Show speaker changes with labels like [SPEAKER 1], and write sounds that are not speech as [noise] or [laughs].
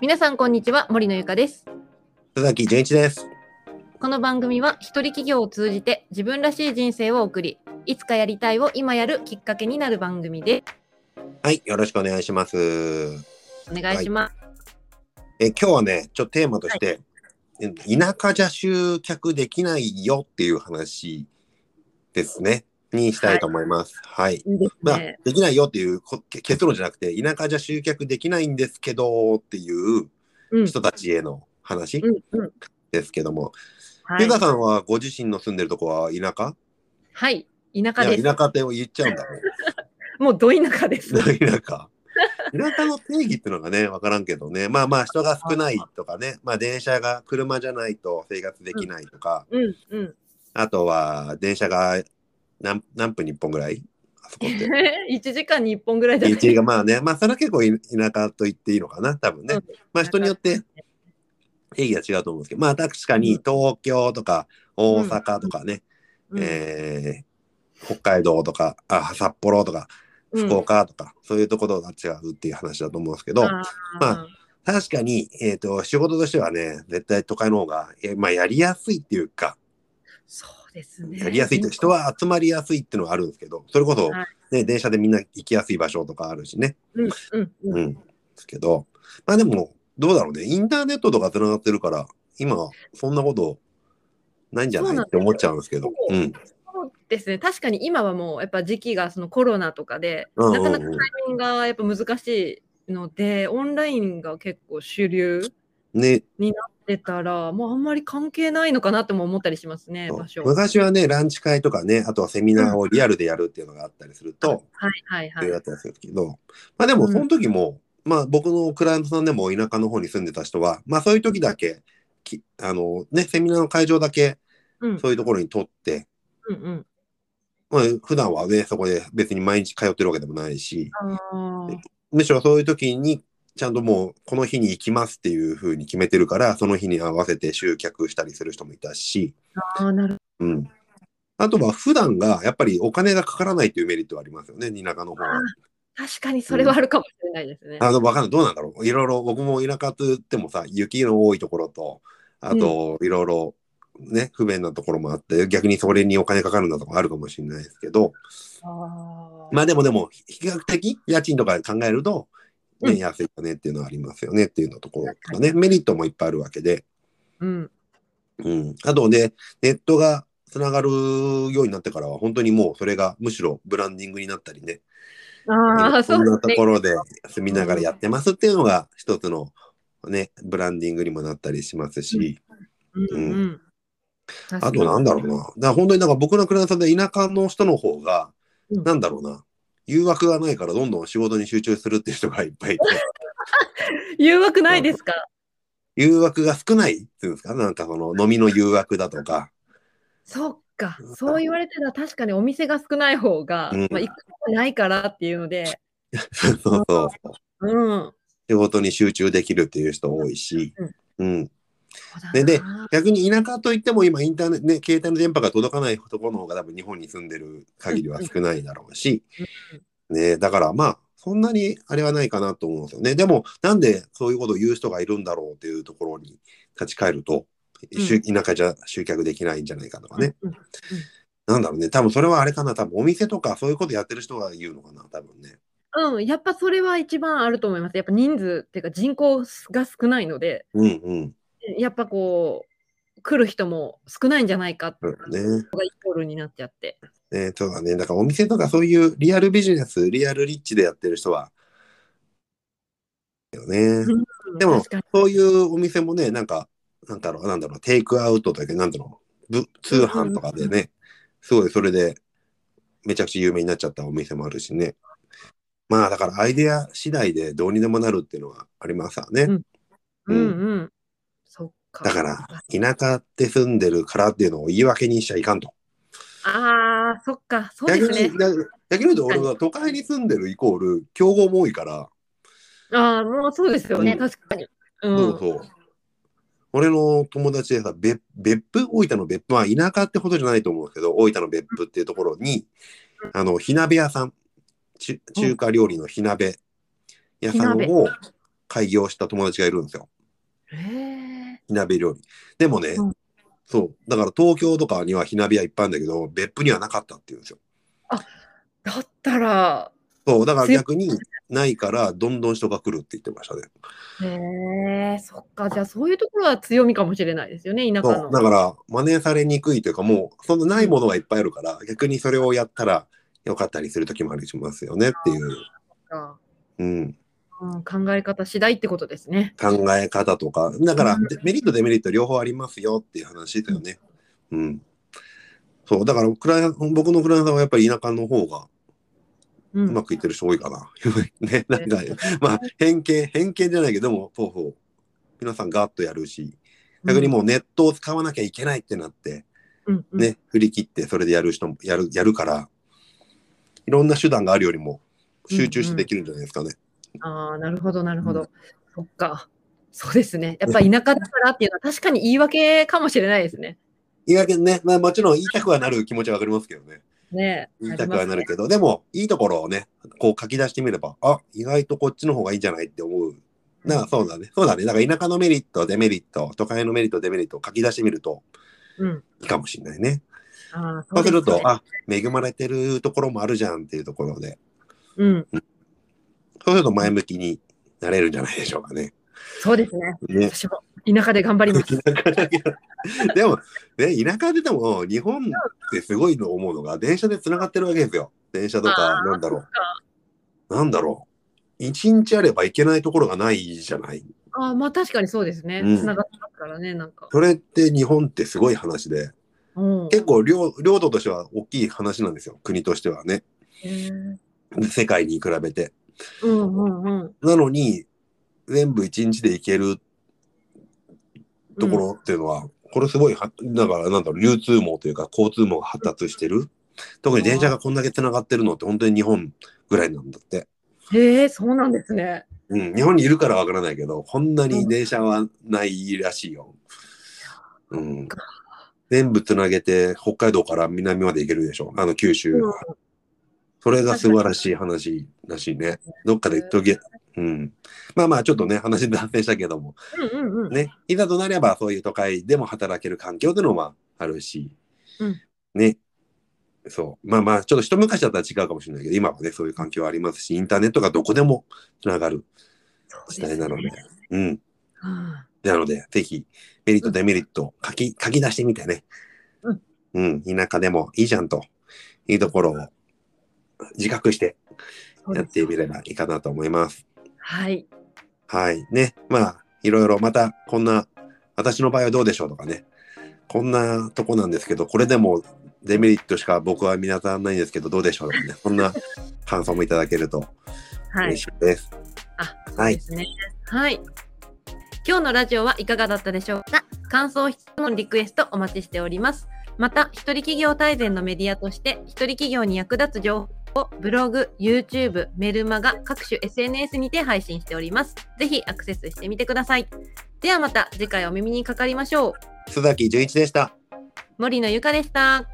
[SPEAKER 1] 皆さんこんにちは森のゆかです
[SPEAKER 2] 佐々木純一です。
[SPEAKER 1] この番組は一人企業を通じて自分らしい人生を送りいつかやりたいを今やるきっかけになる番組で
[SPEAKER 2] はい、よろしくお願いします。
[SPEAKER 1] すお願いします、
[SPEAKER 2] え今日はね、ちょっとテーマとして、え田舎じゃ集客できないよっていう話ですね。にしたいと思います。は
[SPEAKER 1] い、
[SPEAKER 2] い。
[SPEAKER 1] いです
[SPEAKER 2] まあ
[SPEAKER 1] ね、、
[SPEAKER 2] できないよっていうこけ結論じゃなくて、田舎じゃ集客できないんですけどっていう
[SPEAKER 1] うん
[SPEAKER 2] 人たちへの話
[SPEAKER 1] うんうん
[SPEAKER 2] ですけども、
[SPEAKER 1] は
[SPEAKER 2] ゆ
[SPEAKER 1] い
[SPEAKER 2] か、さんはご自身の住んでるとこは田舎
[SPEAKER 1] はい、田舎で
[SPEAKER 2] い
[SPEAKER 1] す
[SPEAKER 2] や田舎って言っちゃうんだね。
[SPEAKER 1] もうど田舎
[SPEAKER 2] [laughs]
[SPEAKER 1] です
[SPEAKER 2] 田舎。田舎の定義ってのがね、分からんけどね、まあまあ人が少ないとかね、まあ電車が車じゃないと生活できないとか、
[SPEAKER 1] うんうん [laughs]
[SPEAKER 2] あとは電車が何何分に1本ぐらい
[SPEAKER 1] [laughs]
[SPEAKER 2] あそこって。
[SPEAKER 1] 1時間に1本ぐらいじゃない
[SPEAKER 2] 1がまあね、まあそれは結構い田舎と言っていいのかな、多分ね。
[SPEAKER 1] うん
[SPEAKER 2] まあ人によって定義が違うと思うんですけど、まあ確かに東京とか大阪とかね、
[SPEAKER 1] うん
[SPEAKER 2] えー北海道とかあ札幌とか
[SPEAKER 1] うん
[SPEAKER 2] 福岡とか、そういうところが違うっていう話だと思うんですけど、
[SPEAKER 1] あー
[SPEAKER 2] ま確かに、えっと仕事としてはね絶対都会の方が、えまあ、やりやすいっていうか
[SPEAKER 1] そうですね
[SPEAKER 2] やりやすいと人は集まりやすいっていうのはあるんですけどそれこそ、
[SPEAKER 1] は
[SPEAKER 2] ね、電車でみんな行きやすい場所とかあるしね、
[SPEAKER 1] うんうんうん
[SPEAKER 2] うん、ですけどまあでもどうだろうねインターネットとかつながってるから今そんなことないんじゃない
[SPEAKER 1] そうなん
[SPEAKER 2] って思っちゃうんですけど。
[SPEAKER 1] そう
[SPEAKER 2] うん
[SPEAKER 1] そうですね確かに今はもうやっぱ時期がそのコロナとかで、
[SPEAKER 2] うんうんうん
[SPEAKER 1] なかなかタイミングがやっぱ難しいのでオンラインが結構主流
[SPEAKER 2] ね、
[SPEAKER 1] 出たらもうあんまり関係ないのかなとも思ったりしますね場所。は
[SPEAKER 2] 昔はねランチ会とかねあとはセミナーをリアルでやるっていうのがあったりすると、
[SPEAKER 1] いはい
[SPEAKER 2] っ
[SPEAKER 1] は
[SPEAKER 2] て
[SPEAKER 1] い。
[SPEAKER 2] やったんですけど、まあでもその時も、まあ僕のクライアントさんでも田舎の方に住んでた人は、まあそういう時だけ、きあのね、セミナーの会場だけ
[SPEAKER 1] うん
[SPEAKER 2] そういうところに取って、
[SPEAKER 1] うんうん。
[SPEAKER 2] まあ普段はね、そこで別に毎日通ってるわけでもないし、
[SPEAKER 1] あー
[SPEAKER 2] むしろそういう時にちゃんともうこの日に行きますっていう風に決めてるから、その日に合わせて集客したりする人もいたし、
[SPEAKER 1] あーなる
[SPEAKER 2] うん。あとは普段がやっぱりお金がかからないというメリットはありますよね、田舎の方は。
[SPEAKER 1] 確かにそれはあるかもしれないですね。
[SPEAKER 2] あの、わかんない。どうなんだろう。いろいろ、僕も田舎と言ってもさ、雪の多いところと、あと、いろいろ、ね、不便なところもあって、逆にそれにお金かかるんだとかあるかもしれないですけど、
[SPEAKER 1] あー
[SPEAKER 2] まあでもでも、比較的、家賃とか考えると、
[SPEAKER 1] うん
[SPEAKER 2] ね、安いよねっていうのはありますよねっていうのところとかね、メリットもいっぱいあるわけで、
[SPEAKER 1] うん
[SPEAKER 2] うん。あとね、ネットがつながるようになってからは、本当にもうそれがむしろブランディングになったりね、
[SPEAKER 1] あー
[SPEAKER 2] そ
[SPEAKER 1] そ
[SPEAKER 2] ん
[SPEAKER 1] う
[SPEAKER 2] な
[SPEAKER 1] です
[SPEAKER 2] と
[SPEAKER 1] ね
[SPEAKER 2] こ。ろで住みながらやってますっていうのが一つの、ね、ブランディングにもなったりしますし、
[SPEAKER 1] うんうん、
[SPEAKER 2] あとなんだろうな。だから本当になんか僕のクライアントさんで田舎の人の方
[SPEAKER 1] う
[SPEAKER 2] が、
[SPEAKER 1] ん
[SPEAKER 2] なんだろうな。誘惑がないからどんどん仕事に集中するっていう人がいっぱいいて、 [laughs]
[SPEAKER 1] 誘惑ないですか
[SPEAKER 2] 誘惑が少ないっていうんですかなんかその飲みの誘惑だとか。 [laughs]
[SPEAKER 1] そっか、そう言われてたら確かにお店が少ない方が、
[SPEAKER 2] うん
[SPEAKER 1] まあ、行くことないからっていうので、
[SPEAKER 2] そうそうそう。
[SPEAKER 1] うん。
[SPEAKER 2] 仕事に集中できるっていう人多いし。うん。でで逆に田舎といっても今インターネット、ね、携帯の電波が届かないところの方が多分日本に住んでる限りは少ないだろうし、ね、だからまあそんなにあれはないかなと思うんですよねでもなんでそういうことを言う人がいるんだろうっていうところに立ち返ると、しゅ田舎じゃ集客できないんじゃないかとかね、
[SPEAKER 1] うんうん
[SPEAKER 2] なんだろうね多分それはあれかな多分お店とかそういうことやってる人が言うのかな多分ね
[SPEAKER 1] うん、やっぱそれは一番あると思います。やっぱ人数っていうか人口が少ないので、
[SPEAKER 2] うんうん
[SPEAKER 1] やっぱこう、来る人も少ないんじゃないかって
[SPEAKER 2] そうだね
[SPEAKER 1] イコールになっちゃって。
[SPEAKER 2] えー、そうだね。だからお店とかそういうリアルビジネス、リアルリッチでやってる人は、よね。
[SPEAKER 1] うん
[SPEAKER 2] でも
[SPEAKER 1] 確かに
[SPEAKER 2] そういうお店もね、なんか、なんだろう、なんだろう、テイクアウトというか、なんだろう、ぶ通販とかでね、すごいそれで、めちゃくちゃ有名になっちゃったお店もあるしね。まあだからアイデア次第でどうにでもなるっていうのはありますわね。
[SPEAKER 1] うんう
[SPEAKER 2] うんん
[SPEAKER 1] うん。そっか。
[SPEAKER 2] だから、田舎って住んでるからっていうのを言い訳にしちゃいかんと。
[SPEAKER 1] ああ、そっか、そうで
[SPEAKER 2] 逆
[SPEAKER 1] す
[SPEAKER 2] に、
[SPEAKER 1] ね。
[SPEAKER 2] 逆に言うと俺は都会に住んでるイコール、競合も多いから、
[SPEAKER 1] ああ、もうそうですよね、
[SPEAKER 2] うん
[SPEAKER 1] 確かに。う
[SPEAKER 2] そう
[SPEAKER 1] う
[SPEAKER 2] そう。俺の友達でさ、別別府大分の別府、まあ田舎ってほどじゃないと思うんですけど、大分の別府っていうところに、あの、火鍋屋さん、ち中華料理の火鍋屋さんを開業した友達がいるんですよ。
[SPEAKER 1] へえ。
[SPEAKER 2] 火鍋料理。でもね、
[SPEAKER 1] うん
[SPEAKER 2] そう。だから東京とかには火鍋屋いっぱいあるんだけど、別府にはなかったっていうんですよ。
[SPEAKER 1] だったら、
[SPEAKER 2] そう、だから
[SPEAKER 1] せ
[SPEAKER 2] 逆にないから、どんどん人が来るって言ってましたね。
[SPEAKER 1] へえ、そっか。じゃあそういうところは強みかもしれないですよね、田
[SPEAKER 2] そ
[SPEAKER 1] 舎
[SPEAKER 2] う
[SPEAKER 1] の。
[SPEAKER 2] だから、真似されにくいというか、もう、そのないものがいっぱいあるから、逆にそれをやったらよかったりする時もありますよねっていう、
[SPEAKER 1] か
[SPEAKER 2] うん、
[SPEAKER 1] うん、考え方次第ってことですね。
[SPEAKER 2] 考え方とか、だから
[SPEAKER 1] うん、
[SPEAKER 2] デメリット、デメリット両方ありますよっていう話ですよね。うん。そう、だから、クライアン僕のクライアントさんはやっぱり田舎の方が
[SPEAKER 1] う
[SPEAKER 2] うまくいってる人多いかな。 [laughs] ね、なんか、まあ、偏見、偏見じゃないけど、でも、そうそう。皆さんガッとやるし。逆にもうネットを使わなきゃいけないってなって、
[SPEAKER 1] うん、うん、
[SPEAKER 2] ね、振り切ってそれでやる人も、やる、やるから、いろんな手段があるよりも集中してできるんじゃないですかね。
[SPEAKER 1] ああ、なるほど、なるほど。
[SPEAKER 2] うん
[SPEAKER 1] そっか。そうですね。やっぱ田舎だからっていうのは確かに言い訳かもしれないですね。
[SPEAKER 2] いやけどね、まあもちろん言いたくはなる気持ちはわかりますけどね。
[SPEAKER 1] ねえ。
[SPEAKER 2] 言いたくはなる
[SPEAKER 1] ありますね
[SPEAKER 2] けど、でも、いいところをね、こう書き出してみれば、あ、意外とこっちの方がいいんじゃないって思う。なあ、そうだね。そうだね。だから田舎のメリット、デメリット、都会のメリット、デメリットを書き出してみると
[SPEAKER 1] うん。
[SPEAKER 2] いいかもしれないね。
[SPEAKER 1] ああ、
[SPEAKER 2] そうする
[SPEAKER 1] です
[SPEAKER 2] と
[SPEAKER 1] ね、
[SPEAKER 2] あ、恵まれてるところもあるじゃんっていうところで、
[SPEAKER 1] うん。
[SPEAKER 2] そうすると前向きになれるんじゃないでしょうかね。
[SPEAKER 1] そうですね。
[SPEAKER 2] ね。
[SPEAKER 1] 私も田舎で頑張り
[SPEAKER 2] [laughs]
[SPEAKER 1] ます。
[SPEAKER 2] でも、ね、田舎ででも日本ってすごいの思うのが、電車でつながってるわけですよ。電車とか
[SPEAKER 1] あ、ー
[SPEAKER 2] なんだろう。なんだろう。一日あれば行けないところがないじゃない。
[SPEAKER 1] ああ、まあ確かにそうですね。
[SPEAKER 2] うん
[SPEAKER 1] つながってますからね、なんか。
[SPEAKER 2] それって日本ってすごい話で、
[SPEAKER 1] うん
[SPEAKER 2] 結構領領土としては大きい話なんですよ。国としてはね。
[SPEAKER 1] へえ
[SPEAKER 2] 世界に比べて。
[SPEAKER 1] うんうんうん。
[SPEAKER 2] なのに、全部一日で行けるところっていうのは、これすごいは、だからなんだろう、流通網というか交通網が発達してる。特に電車がこんだけ繋がってるのって本当に日本ぐらいなんだって。
[SPEAKER 1] うん。へえ、そうなんですね。
[SPEAKER 2] うん、日本にいるからわからないけど、こんなに電車はないらしいよ。うん。全部繋げて、北海道から南まで行けるでしょ。あの、九州。
[SPEAKER 1] うん
[SPEAKER 2] それが素晴らしい話らしいね。どっかで言っとけ。うん。まあまあ、ちょっとね、話断定したけども。
[SPEAKER 1] うんうんうん。
[SPEAKER 2] ね、いざとなればそういう都会でも働ける環境というのもあるし、
[SPEAKER 1] うん
[SPEAKER 2] ね、そう、まあまあ、ちょっと一昔だったら違うかもしれないけど、今はね、そういう環境はありますし、インターネットがどこでもつながる時代なので、
[SPEAKER 1] そううですね
[SPEAKER 2] ん。
[SPEAKER 1] うん
[SPEAKER 2] なので、ぜひ、メリット、デメリット、書き、書き出してみてね。
[SPEAKER 1] うん
[SPEAKER 2] うん。田舎でもいいじゃんと、いいところを自覚して
[SPEAKER 1] そう
[SPEAKER 2] や
[SPEAKER 1] で
[SPEAKER 2] っ
[SPEAKER 1] す
[SPEAKER 2] てみればいいかなと思います。
[SPEAKER 1] はい。
[SPEAKER 2] はい。ね。まあ、いろいろまた、こんな、私の場合はどうでしょうとかね。こんなとこなんですけど、これでもデメリットしか僕は見当たらないんですけど、どうでしょうとかね。こんな感想もいただけると
[SPEAKER 1] は
[SPEAKER 2] 嬉
[SPEAKER 1] い
[SPEAKER 2] し。いです。
[SPEAKER 1] あ、
[SPEAKER 2] は
[SPEAKER 1] そう
[SPEAKER 2] い
[SPEAKER 1] で。すね。はい。今日のラジオはいかがだったでしょうか感想、質問、リクエストお待ちしております。また、一人企業大全のメディアとして、一人企業に役立つ情報をブログ、YouTube、メルマガ、各種 SNS にて配信しております。ぜひアクセスしてみてください。ではまた次回お耳にかかりましょう。
[SPEAKER 2] 須崎純一でした。
[SPEAKER 1] 森のゆかでした。